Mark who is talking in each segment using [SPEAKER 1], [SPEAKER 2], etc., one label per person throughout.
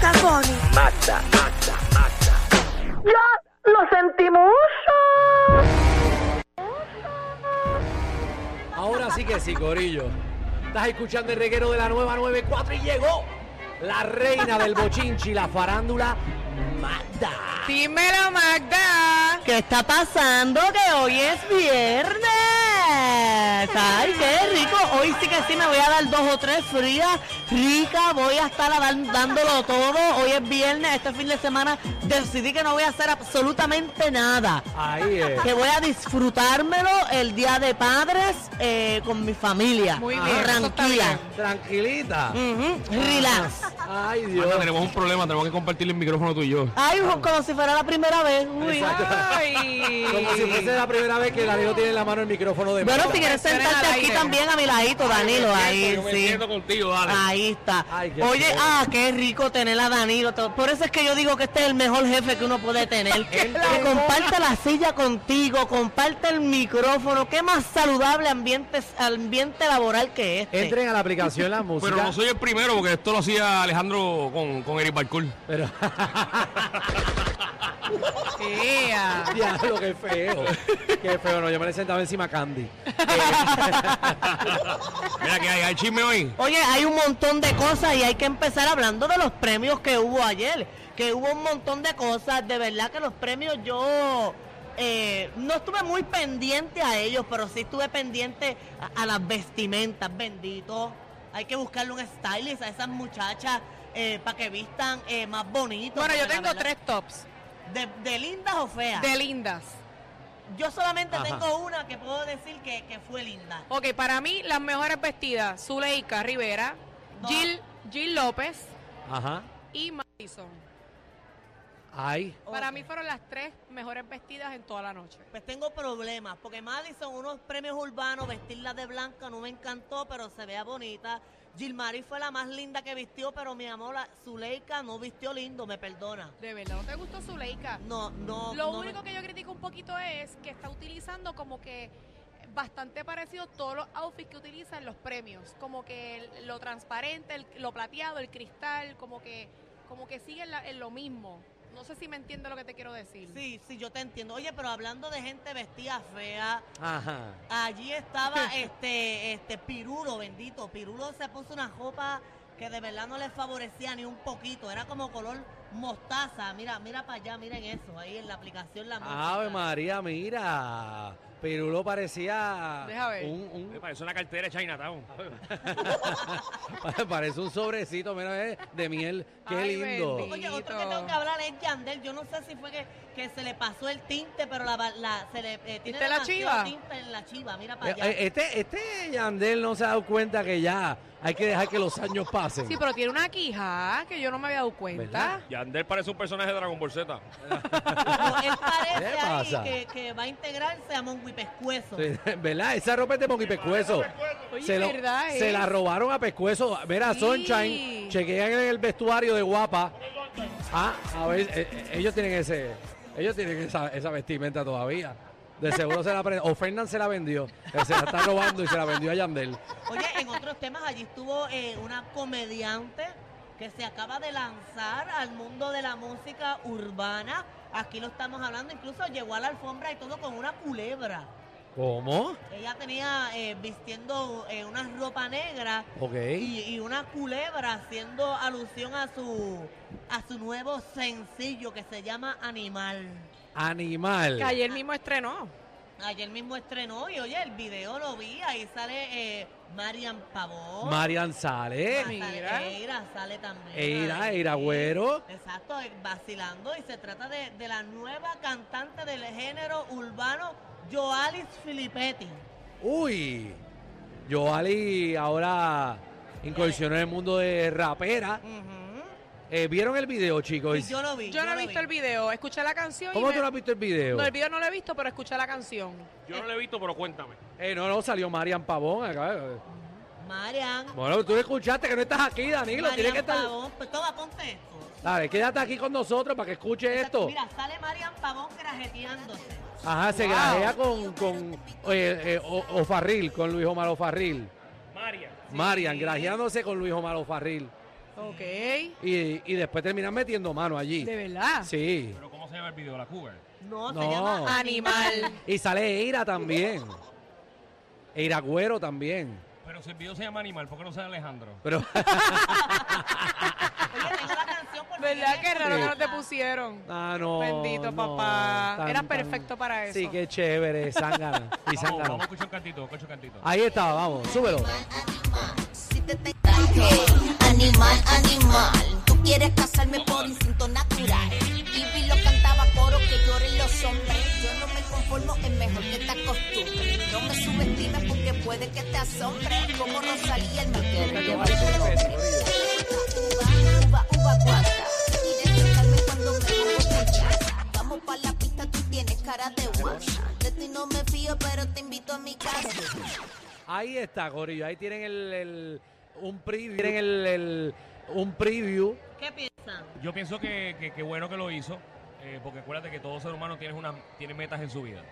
[SPEAKER 1] Bad Bunny.
[SPEAKER 2] Mata, mata, mata.
[SPEAKER 3] ¡Ya lo sentimos!
[SPEAKER 2] Ahora sí que sí, Corillo. Estás escuchando el reguero de la nueva 94 y llegó la reina del bochinchi, la farándula, Magda.
[SPEAKER 4] Dímelo, Magda.
[SPEAKER 5] ¿Qué está pasando? Que hoy es viernes. Ay, qué rico. Hoy sí que sí me voy a dar dos o tres frías ricas. Voy a estar a dar- dándolo todo. Hoy es viernes. Este fin de semana decidí que no voy a hacer absolutamente nada.
[SPEAKER 2] Ahí es.
[SPEAKER 5] Que voy a disfrutármelo el día de padres eh, con mi familia.
[SPEAKER 4] Muy bien, eso está
[SPEAKER 5] Tranquila.
[SPEAKER 2] Tranquilita.
[SPEAKER 5] Ujú, Relax.
[SPEAKER 2] Ay,
[SPEAKER 6] Magda,
[SPEAKER 2] Dios.
[SPEAKER 6] tenemos un problema, tenemos que compartir el micrófono tú y yo.
[SPEAKER 5] Ay, como si fuera la primera vez. Uy.
[SPEAKER 4] Ay.
[SPEAKER 2] Como si fuese la primera vez que Danilo tiene en la mano el micrófono de
[SPEAKER 5] Bueno,
[SPEAKER 2] Magda.
[SPEAKER 5] si quieres
[SPEAKER 4] Suena
[SPEAKER 5] sentarte
[SPEAKER 4] al
[SPEAKER 5] aquí
[SPEAKER 4] aire.
[SPEAKER 5] también a mi ladito, Danilo. Ahí, sí. Ah,
[SPEAKER 6] contigo,
[SPEAKER 5] Ahí está.
[SPEAKER 2] Ay, qué
[SPEAKER 5] Oye,
[SPEAKER 2] bueno.
[SPEAKER 5] ah, qué rico tener a Danilo. To- Por eso es que yo digo que este es el mejor jefe que uno puede tener. que comparte la silla contigo, comparte el micrófono. Qué más saludable ambiente, ambiente laboral que este.
[SPEAKER 2] Entren a la aplicación la música.
[SPEAKER 6] Pero no soy el primero porque esto lo hacía Alejandro con, con Eric Balcour.
[SPEAKER 2] Pero,
[SPEAKER 4] Ea.
[SPEAKER 2] diablo, qué feo. Qué feo, no. Yo me le sentaba encima a Candy.
[SPEAKER 6] Mira que hay, hay chisme hoy.
[SPEAKER 5] Oye, hay un montón de cosas y hay que empezar hablando de los premios que hubo ayer. Que hubo un montón de cosas. De verdad que los premios yo eh, no estuve muy pendiente a ellos, pero sí estuve pendiente a, a las vestimentas, bendito. Hay que buscarle un stylist a esas muchachas para que vistan eh, más bonito.
[SPEAKER 4] Bueno, yo
[SPEAKER 5] porque la
[SPEAKER 4] tengo
[SPEAKER 5] verdad-
[SPEAKER 4] tres tops
[SPEAKER 5] De, de lindas o feas.
[SPEAKER 4] de lindas.
[SPEAKER 5] Yo solamente
[SPEAKER 2] Ajá.
[SPEAKER 5] tengo una que puedo decir que, que fue linda.
[SPEAKER 4] Ok, para mí las mejores vestidas, Zuleika Rivera,
[SPEAKER 5] No.
[SPEAKER 4] Jill, Jill López
[SPEAKER 2] Ajá.
[SPEAKER 4] y Madison.
[SPEAKER 2] Ay.
[SPEAKER 4] Para
[SPEAKER 5] Ok.
[SPEAKER 4] mí fueron las tres mejores vestidas en toda la noche.
[SPEAKER 5] Pues tengo problemas, porque Madison, unos premios urbanos, vestirla de blanca no me encantó, pero se vea bonita. Gilmary fue la más linda que vistió, pero mi amor, la- Zuleika no vistió lindo, me perdona.
[SPEAKER 4] De verdad, ¿no te gustó Zuleika?
[SPEAKER 5] No, no.
[SPEAKER 4] Lo
[SPEAKER 5] no me-
[SPEAKER 4] único que yo critico un poquito es que está utilizando como que bastante parecido todos los outfits que utilizan los premios, como que el- lo transparente, el- lo plateado, el cristal, como que como que siguen la- en lo mismo. No sé si me entiende lo que te quiero decir.
[SPEAKER 5] Sí, sí, yo te entiendo. Oye, pero hablando de gente vestida fea,
[SPEAKER 2] Ajá.
[SPEAKER 5] allí estaba este, este Pirulo, bendito. Pirulo se puso una ropa que de verdad no le favorecía ni un poquito. Era como color mostaza. Mira, mira para allá, miren eso, ahí en la aplicación la
[SPEAKER 2] Ave
[SPEAKER 5] música.
[SPEAKER 2] María, mira. Pirulo parecía
[SPEAKER 4] Deja ver.
[SPEAKER 2] un- un,
[SPEAKER 6] Parece una cartera de Chinatown.
[SPEAKER 2] Parece un sobrecito, mira, eh, de miel. Qué
[SPEAKER 4] Ay,
[SPEAKER 2] lindo.
[SPEAKER 4] bendito.
[SPEAKER 5] Oye, otro que tengo que hablar es Yandel. Yo no sé si fue que, que se le pasó el tinte, pero la, la- se le eh, tiene
[SPEAKER 4] ¿Viste la
[SPEAKER 5] demasiado
[SPEAKER 4] chiva?
[SPEAKER 5] tinte en la chiva. Mira para
[SPEAKER 2] Eh,
[SPEAKER 5] allá.
[SPEAKER 2] eh, Este, este Yandel no se ha dado cuenta que ya hay que dejar que los años pasen.
[SPEAKER 4] Sí, pero tiene una quija que yo no me había dado cuenta.
[SPEAKER 2] ¿Verdad?
[SPEAKER 6] Yandel parece un personaje de Dragon Ball Z.
[SPEAKER 5] Pero él
[SPEAKER 2] ¿Qué
[SPEAKER 5] parece ahí
[SPEAKER 2] pasa?
[SPEAKER 5] que, que va a integrarse a Mon Pescuezo.
[SPEAKER 2] Sí, ¿Verdad? Esa ropa es de Moquipescuezo.
[SPEAKER 4] Oye,
[SPEAKER 2] Se, lo-
[SPEAKER 4] ¿verdad,
[SPEAKER 2] se
[SPEAKER 4] eh?
[SPEAKER 2] la robaron a Pescuezo. Mira,
[SPEAKER 4] Sí.
[SPEAKER 2] Sunshine, chequean en el vestuario de Guapa. Ah, a ver, eh, eh, ellos tienen ese, ellos tienen esa, esa vestimenta todavía. De seguro se la prendió. O Fernan se la vendió. Eh, Se la está robando y se la vendió a Yandel.
[SPEAKER 5] Oye, en otros temas, allí estuvo eh, una comediante que se acaba de lanzar al mundo de la música urbana. Aquí lo estamos hablando. Incluso llegó a la alfombra y todo con una culebra.
[SPEAKER 2] ¿Cómo?
[SPEAKER 5] Ella tenía eh, vistiendo eh, una ropa negra
[SPEAKER 2] Ok.
[SPEAKER 5] y, y una culebra haciendo alusión a su a su nuevo sencillo que se llama Animal.
[SPEAKER 2] Animal.
[SPEAKER 4] Que ayer mismo estrenó.
[SPEAKER 5] Ayer mismo estrenó y oye, el video lo vi, ahí sale eh, Marian Pavón.
[SPEAKER 2] Marian sale.
[SPEAKER 5] Ah, sale
[SPEAKER 4] Mira.
[SPEAKER 5] Eira sale también.
[SPEAKER 2] Eira,
[SPEAKER 5] ahí.
[SPEAKER 2] Eira Güero.
[SPEAKER 5] Exacto, eh, vacilando y se trata de, de la nueva cantante del género urbano, Joalis Filippetti.
[SPEAKER 2] Uy, Joali ahora incursionó en el mundo de rapera.
[SPEAKER 5] Ujú.
[SPEAKER 2] Eh, ¿Vieron el video, chicos?
[SPEAKER 5] Y yo lo vi.
[SPEAKER 4] Yo no he
[SPEAKER 5] lo
[SPEAKER 4] visto
[SPEAKER 5] vi.
[SPEAKER 4] el video, escuché la canción
[SPEAKER 2] ¿Cómo
[SPEAKER 4] y
[SPEAKER 2] tú
[SPEAKER 4] me-
[SPEAKER 2] no has visto el video?
[SPEAKER 4] No, el video no lo he visto, pero escuché la canción.
[SPEAKER 6] Yo no lo he visto, pero cuéntame.
[SPEAKER 2] Eh, no, no, salió Marian Pavón acá.
[SPEAKER 5] Marian.
[SPEAKER 2] Bueno, tú escuchaste que no estás aquí, Danilo. Tienes
[SPEAKER 5] Marian
[SPEAKER 2] que estar...
[SPEAKER 5] Pavón, pues toma, ponte esto.
[SPEAKER 2] Dale, quédate aquí con nosotros para que escuche esto.
[SPEAKER 5] Mira, sale Marian Pavón grajeteándose.
[SPEAKER 2] Ajá, se
[SPEAKER 4] Wow.
[SPEAKER 2] grajea con, con eh, eh, O- Ofarril, con Luis Omar Ofarril. Marian. Marian, grajeándose con Luis Omar Ofarril.
[SPEAKER 1] Ok.
[SPEAKER 2] Y, y después terminan metiendo mano allí.
[SPEAKER 1] De verdad.
[SPEAKER 2] Sí.
[SPEAKER 6] Pero ¿cómo se llama el video? La Cougar.
[SPEAKER 5] No, se
[SPEAKER 2] No.
[SPEAKER 5] llama
[SPEAKER 1] Animal.
[SPEAKER 2] Y sale Eira también. Eira Güero también.
[SPEAKER 6] Pero si el video se llama Animal, ¿por qué no sale Alejandro?
[SPEAKER 2] Pero
[SPEAKER 5] Oye, tengo la canción por si
[SPEAKER 1] ¿Verdad que
[SPEAKER 5] quieres
[SPEAKER 1] raro que no te
[SPEAKER 5] escucharla?
[SPEAKER 1] pusieron?
[SPEAKER 2] Ah, Eh, no.
[SPEAKER 1] Bendito
[SPEAKER 2] no, eh,
[SPEAKER 1] papá.
[SPEAKER 2] tan,
[SPEAKER 1] Eras
[SPEAKER 2] tan-
[SPEAKER 1] perfecto para eso.
[SPEAKER 2] Sí, qué chévere, Zángano. Y
[SPEAKER 6] Vamos,
[SPEAKER 2] Zángano.
[SPEAKER 6] vamos a escuchar un cantito, escucha un cantito.
[SPEAKER 2] Ahí estaba, vamos, súbelo.
[SPEAKER 7] Animal, animal, tú quieres casarme por instinto natural. Ivy lo cantaba coro que lloren los hombres. Yo no me conformo, es mejor que te acostumbres. No me subestimes porque puede que te asombre. Como Rosalía el maquero. Uva, uva, guata. Identificarme cuando me pongo muchacha. Vamos pa' la pista, tú tienes cara de guacha. De ti no me fío, pero te invito a mi casa.
[SPEAKER 2] Ahí está, Corillo. Ahí tienen el, el- un preview. Tienen el, el- un preview.
[SPEAKER 5] ¿Qué piensan?
[SPEAKER 6] Yo pienso que, que, que bueno que lo hizo, eh, porque acuérdate que todo ser humano tiene, unas tiene metas en su vida.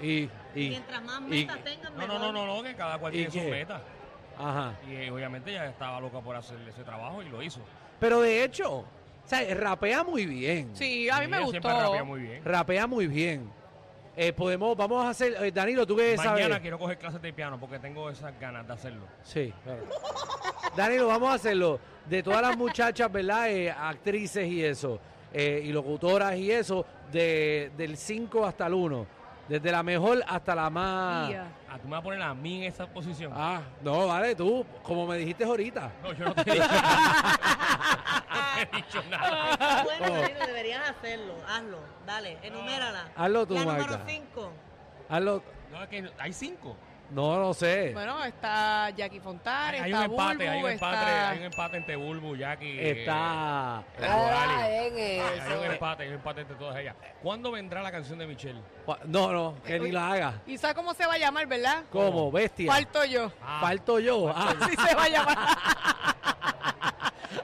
[SPEAKER 2] Y, y,
[SPEAKER 5] Mientras más
[SPEAKER 2] y-
[SPEAKER 5] metas tengan,
[SPEAKER 6] No,
[SPEAKER 5] mejor.
[SPEAKER 6] no, no, no, no, que cada cual
[SPEAKER 2] ¿Y
[SPEAKER 6] tiene sus
[SPEAKER 2] qué?
[SPEAKER 6] metas.
[SPEAKER 2] ajá.
[SPEAKER 6] Y eh, obviamente ella estaba loca por hacer ese trabajo y lo hizo.
[SPEAKER 2] Pero de hecho, o sea, rapea muy bien.
[SPEAKER 1] Sí, a mí
[SPEAKER 6] Y
[SPEAKER 1] me
[SPEAKER 6] ella
[SPEAKER 1] gustó.
[SPEAKER 6] Siempre rapea muy bien.
[SPEAKER 2] Rapea muy bien. Eh, podemos, vamos a hacer, eh, Danilo, tú que sabes.
[SPEAKER 6] Mañana quiero coger clases de piano porque tengo esas ganas de hacerlo.
[SPEAKER 2] Sí, claro. Danilo, vamos a hacerlo. De todas las muchachas, ¿verdad? Eh, actrices y eso, eh, y locutoras y eso, de, del 5 hasta el 1. Desde la mejor hasta la más...
[SPEAKER 1] Ya.
[SPEAKER 6] Ah, tú me vas a poner a mí en esa posición.
[SPEAKER 2] Ah, no, vale, tú, como me dijiste ahorita.
[SPEAKER 6] No, yo no te he dicho, no te he dicho nada.
[SPEAKER 5] Bueno, Danilo, deberías hacerlo. Hazlo. Dale,
[SPEAKER 6] Ah.
[SPEAKER 5] enumérala.
[SPEAKER 2] Hazlo tú,
[SPEAKER 5] La
[SPEAKER 2] Magda.
[SPEAKER 5] número 5.
[SPEAKER 2] Hazlo-
[SPEAKER 6] No, es que hay cinco.
[SPEAKER 2] Ah, No, no sé.
[SPEAKER 1] Bueno, está Jackie Fontane,
[SPEAKER 6] Hay, hay
[SPEAKER 1] está
[SPEAKER 6] un empate, hay
[SPEAKER 1] Bulbu,
[SPEAKER 6] un empate,
[SPEAKER 1] está-
[SPEAKER 6] hay un empate entre Bulbu, Jackie. eh,
[SPEAKER 2] Está...
[SPEAKER 6] eh, Morales. Hay- hay un empate, hay un empate entre todas ellas. ¿Cuándo vendrá la canción de Michelle?
[SPEAKER 2] No, no, que ni la haga.
[SPEAKER 1] Y sabe cómo se va a llamar, ¿verdad?
[SPEAKER 2] ¿Cómo? Bestia.
[SPEAKER 1] Falto yo.
[SPEAKER 6] Ah,
[SPEAKER 2] Falto yo. Ah,
[SPEAKER 1] Sí se va a llamar.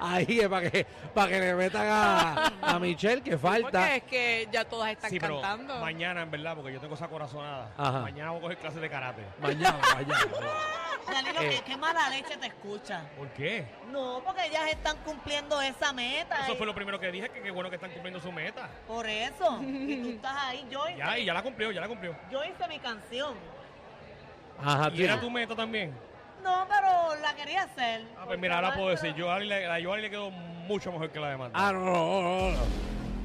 [SPEAKER 2] ahí es para que, para que le metan a, a Michelle, que falta.
[SPEAKER 1] Porque es que ya todas están
[SPEAKER 6] sí, pero
[SPEAKER 1] cantando.
[SPEAKER 6] mañana, en verdad, porque yo tengo esa corazonada.
[SPEAKER 2] Ajá.
[SPEAKER 6] Mañana voy a coger clases de karate.
[SPEAKER 2] Mañana, mañana.
[SPEAKER 5] Danilo,
[SPEAKER 2] Eh.
[SPEAKER 5] qué, qué mala leche te escucha.
[SPEAKER 6] ¿Por qué?
[SPEAKER 5] No, porque ellas están cumpliendo esa meta.
[SPEAKER 6] Eso
[SPEAKER 5] eh.
[SPEAKER 6] fue lo primero que dije, que qué bueno que están cumpliendo su meta.
[SPEAKER 5] Por eso. Y tú estás ahí. Yo hice,
[SPEAKER 6] Ya, y ya la cumplió, ya la cumplió.
[SPEAKER 5] yo hice mi canción.
[SPEAKER 2] Ajá,
[SPEAKER 6] ¿Y era
[SPEAKER 2] tú.
[SPEAKER 6] tu meta también?
[SPEAKER 1] Ah,
[SPEAKER 5] No, pero la quería hacer.
[SPEAKER 6] Ah, pues mira, ahora puedo decir, yo, a Ari le- la Joali le quedó mucho mejor que la de Magda.
[SPEAKER 2] Ah, no, no, no, no.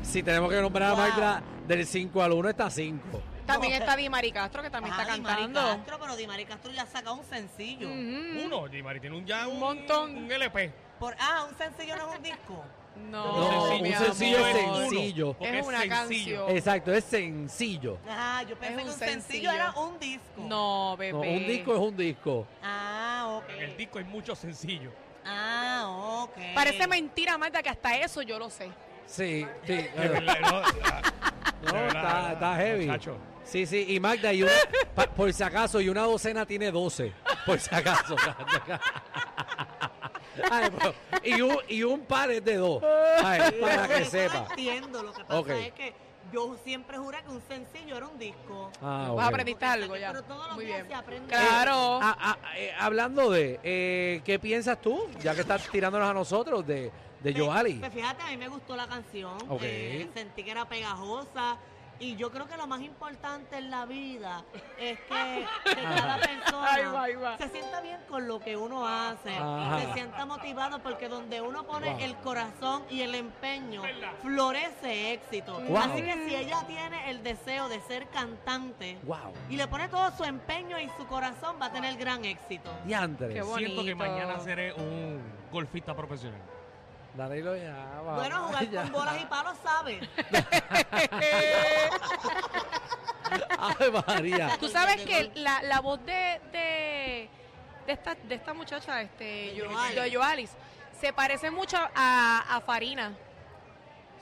[SPEAKER 2] Si tenemos que nombrar
[SPEAKER 5] Wow.
[SPEAKER 2] a Magda del 5 al 1 está 5.
[SPEAKER 1] También está Di Mari Castro, que también está cantando.
[SPEAKER 5] Di Mari Castro, pero Di Mari Castro ya saca un sencillo.
[SPEAKER 1] Ujú.
[SPEAKER 6] Uno, y Mari tiene un, ya un,
[SPEAKER 1] montón.
[SPEAKER 6] Un LP.
[SPEAKER 5] Por, ah, un sencillo no es un disco.
[SPEAKER 1] No,
[SPEAKER 2] No,
[SPEAKER 1] mi
[SPEAKER 2] un sencillo
[SPEAKER 1] amor.
[SPEAKER 2] es sencillo.
[SPEAKER 6] Porque
[SPEAKER 1] Es una
[SPEAKER 6] sencillo.
[SPEAKER 1] canción.
[SPEAKER 2] Exacto, es sencillo.
[SPEAKER 5] Ah, yo pensé que
[SPEAKER 1] Es un
[SPEAKER 5] un sencillo,
[SPEAKER 1] sencillo.
[SPEAKER 5] era un disco.
[SPEAKER 1] No, bebé.
[SPEAKER 2] No, un disco es un disco.
[SPEAKER 5] Ah,
[SPEAKER 6] En el
[SPEAKER 5] ok.
[SPEAKER 6] disco hay muchos sencillos.
[SPEAKER 5] Ah, ok.
[SPEAKER 1] Parece mentira, Marta, que hasta eso yo lo sé.
[SPEAKER 2] Sí, sí.
[SPEAKER 6] De
[SPEAKER 2] claro.
[SPEAKER 6] verdad, no, ah,
[SPEAKER 2] No,
[SPEAKER 6] de verdad,
[SPEAKER 2] está, está heavy.
[SPEAKER 6] muchacho.
[SPEAKER 2] Sí, sí, y Magda, y una, pa- por si acaso, y una docena tiene 12. Por si acaso. Ay, pero- y, un, y un par es de dos. Ay, para
[SPEAKER 5] Pero
[SPEAKER 2] que
[SPEAKER 5] eso
[SPEAKER 2] sepa.
[SPEAKER 5] No entiendo, lo que pasa
[SPEAKER 2] Ok.
[SPEAKER 5] es que yo siempre juré que un sencillo era un disco.
[SPEAKER 2] Ah,
[SPEAKER 1] Vas
[SPEAKER 2] ok.
[SPEAKER 1] a aprender. Aprendiste algo ya.
[SPEAKER 5] Pero todos los
[SPEAKER 1] Muy
[SPEAKER 5] días
[SPEAKER 1] bien.
[SPEAKER 5] se aprende.
[SPEAKER 1] Claro.
[SPEAKER 2] Ah, ah, eh, hablando de, eh, ¿qué piensas tú? Ya que estás tirándonos a nosotros de, de
[SPEAKER 5] Pe-
[SPEAKER 2] Yoali.
[SPEAKER 5] Pues fíjate, a mí me gustó la canción.
[SPEAKER 2] Ok.
[SPEAKER 5] eh, sentí que era pegajosa. Y yo creo que lo más importante en la vida es que, que cada persona
[SPEAKER 1] Ahí va, ahí va.
[SPEAKER 5] se sienta bien con lo que uno hace,
[SPEAKER 2] Ajá.
[SPEAKER 5] se sienta motivado porque donde uno pone
[SPEAKER 2] Wow.
[SPEAKER 5] el corazón y el empeño, florece éxito.
[SPEAKER 2] Wow.
[SPEAKER 5] Así que si ella tiene el deseo de ser cantante
[SPEAKER 2] Wow.
[SPEAKER 5] y le pone todo su empeño y su corazón, va a tener gran éxito.
[SPEAKER 2] Diantre.
[SPEAKER 1] Qué bueno.
[SPEAKER 6] Siento que
[SPEAKER 1] bonito.
[SPEAKER 6] mañana seré un golfista profesional.
[SPEAKER 2] Danilo ya, va.
[SPEAKER 5] Bueno, jugar
[SPEAKER 2] ya.
[SPEAKER 5] con bolas y palos, ¿sabes?
[SPEAKER 1] Eh,
[SPEAKER 2] Ave María.
[SPEAKER 1] Tú sabes que la, la voz de, de, de esta, de esta muchacha, este,
[SPEAKER 5] De
[SPEAKER 1] Yo-
[SPEAKER 5] Yoalis.
[SPEAKER 1] de Yoalis, se parece mucho a, a Farina.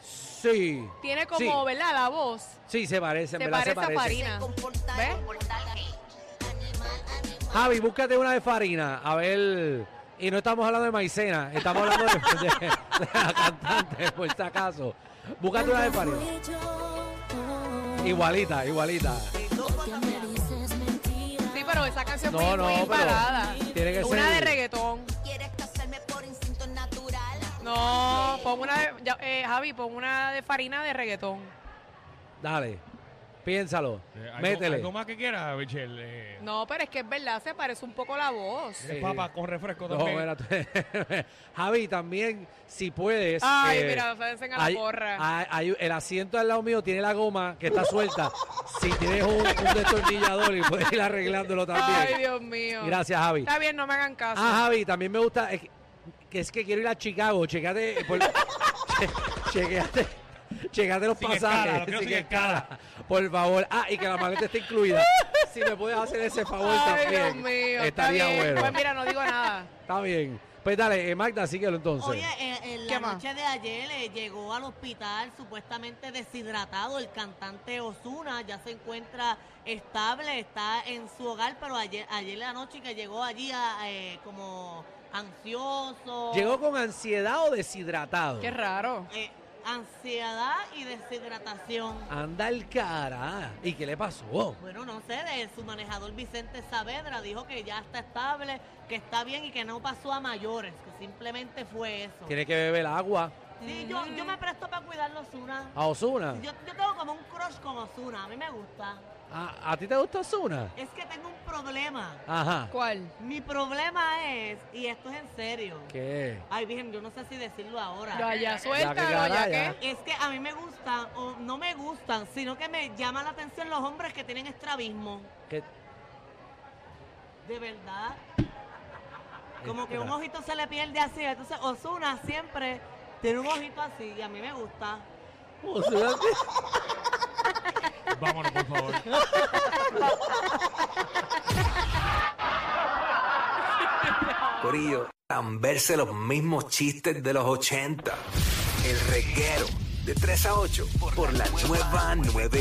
[SPEAKER 2] Sí.
[SPEAKER 1] Tiene como,
[SPEAKER 2] Sí.
[SPEAKER 1] ¿verdad? La voz.
[SPEAKER 2] Sí, se parece, en
[SPEAKER 1] Se
[SPEAKER 2] verdad se
[SPEAKER 1] parece a
[SPEAKER 2] parece.
[SPEAKER 1] Farina.
[SPEAKER 7] comportar,
[SPEAKER 1] ¿Ves?
[SPEAKER 7] comportar Animal, animal.
[SPEAKER 2] Javi, búscate una de Farina. A ver. Y no estamos hablando de maicena, estamos hablando de, de- de la cantante, por si acaso. Búscate una de Farina. Igualita, igualita.
[SPEAKER 1] Sí, pero esa canción
[SPEAKER 2] No,
[SPEAKER 1] fue
[SPEAKER 2] no,
[SPEAKER 1] muy
[SPEAKER 2] pero
[SPEAKER 1] parada.
[SPEAKER 2] tiene que
[SPEAKER 1] Una
[SPEAKER 2] ser-
[SPEAKER 1] de reggaetón.
[SPEAKER 7] Quieres casarme por instinto natural.
[SPEAKER 1] No, pon una de, ya, eh, Javi, pon una de farina de reggaetón.
[SPEAKER 2] Dale, piénsalo,
[SPEAKER 6] Eh, ¿algo-
[SPEAKER 2] métele.
[SPEAKER 6] ¿Algo más que quieras, Michelle? Eh,
[SPEAKER 1] No, pero es que es verdad, se parece un poco la voz.
[SPEAKER 6] ¿tienes papa con refresco
[SPEAKER 2] No,
[SPEAKER 6] también?
[SPEAKER 2] mira, tú- Javi, también, si puedes.
[SPEAKER 1] Ay,
[SPEAKER 2] eh,
[SPEAKER 1] mira, parecen a la
[SPEAKER 2] hay- ah,
[SPEAKER 1] porra.
[SPEAKER 2] hay- hay- el asiento al lado mío tiene la goma que está suelta. si tienes un, un destornillador y puedes ir arreglándolo
[SPEAKER 1] Ay,
[SPEAKER 2] también.
[SPEAKER 1] Dios mío.
[SPEAKER 2] Gracias, Javi.
[SPEAKER 1] Está bien, no me hagan caso.
[SPEAKER 2] Ah, Javi, también me gusta. Es que, que es que quiero ir a Chicago. Checate. Por, che- chequeate. chequate los
[SPEAKER 6] Sin escala,
[SPEAKER 2] pasajes.
[SPEAKER 6] lo quiero
[SPEAKER 2] sin
[SPEAKER 6] sin escala.
[SPEAKER 2] escala, Por favor. Ah, y que la maleta esté incluida. Si me puedes hacer ese favor
[SPEAKER 1] Ay, Dios
[SPEAKER 2] también.
[SPEAKER 1] mío. está
[SPEAKER 2] estaría
[SPEAKER 1] bien.
[SPEAKER 2] bueno.
[SPEAKER 1] Pues mira, no digo nada.
[SPEAKER 2] Está bien. Pues dale, eh, Magda, síguelo entonces.
[SPEAKER 5] Oye, en, en
[SPEAKER 1] ¿Qué
[SPEAKER 5] la
[SPEAKER 1] más?
[SPEAKER 5] noche de ayer eh, llegó al hospital supuestamente deshidratado el cantante Osuna, ya se encuentra estable, está en su hogar, pero ayer, ayer en la noche que llegó allí a, eh, como ansioso.
[SPEAKER 2] Llegó con ansiedad o deshidratado.
[SPEAKER 1] Qué raro.
[SPEAKER 5] eh, ansiedad y deshidratación.
[SPEAKER 2] Anda el cara. ¿Y qué le pasó?
[SPEAKER 5] Bueno, no sé, de su manejador Vicente Saavedra dijo que ya está estable, que está bien y que no pasó a mayores, que simplemente fue eso.
[SPEAKER 2] Tiene que beber agua.
[SPEAKER 5] Sí, yo, yo me presto para cuidarlo, Osuna.
[SPEAKER 2] A Osuna.
[SPEAKER 5] Yo, yo tengo como un crush con Osuna, a mí me gusta.
[SPEAKER 2] ¿A, a ti te gusta Osuna?
[SPEAKER 5] Es que tengo un problema.
[SPEAKER 2] Ajá.
[SPEAKER 1] ¿Cuál?
[SPEAKER 5] Mi problema es, y esto es en serio.
[SPEAKER 2] ¿Qué?
[SPEAKER 5] Ay, Virgen, yo no sé si decirlo ahora.
[SPEAKER 1] Ya, ya, suéltalo,
[SPEAKER 2] ya,
[SPEAKER 1] ya,
[SPEAKER 2] ya.
[SPEAKER 1] que.
[SPEAKER 5] Es que a mí me gustan, o no me gustan, sino que me llaman la atención los hombres que tienen estrabismo.
[SPEAKER 2] ¿Qué?
[SPEAKER 5] De verdad. Como que un ojito se le pierde así. Entonces, Osuna siempre tiene un ojito así y a mí me gusta.
[SPEAKER 2] Ozuna-
[SPEAKER 6] Vámonos, por favor.
[SPEAKER 8] Corillo, verse los mismos chistes de los 80. El reguero de 3 a 8 por la nueva 9.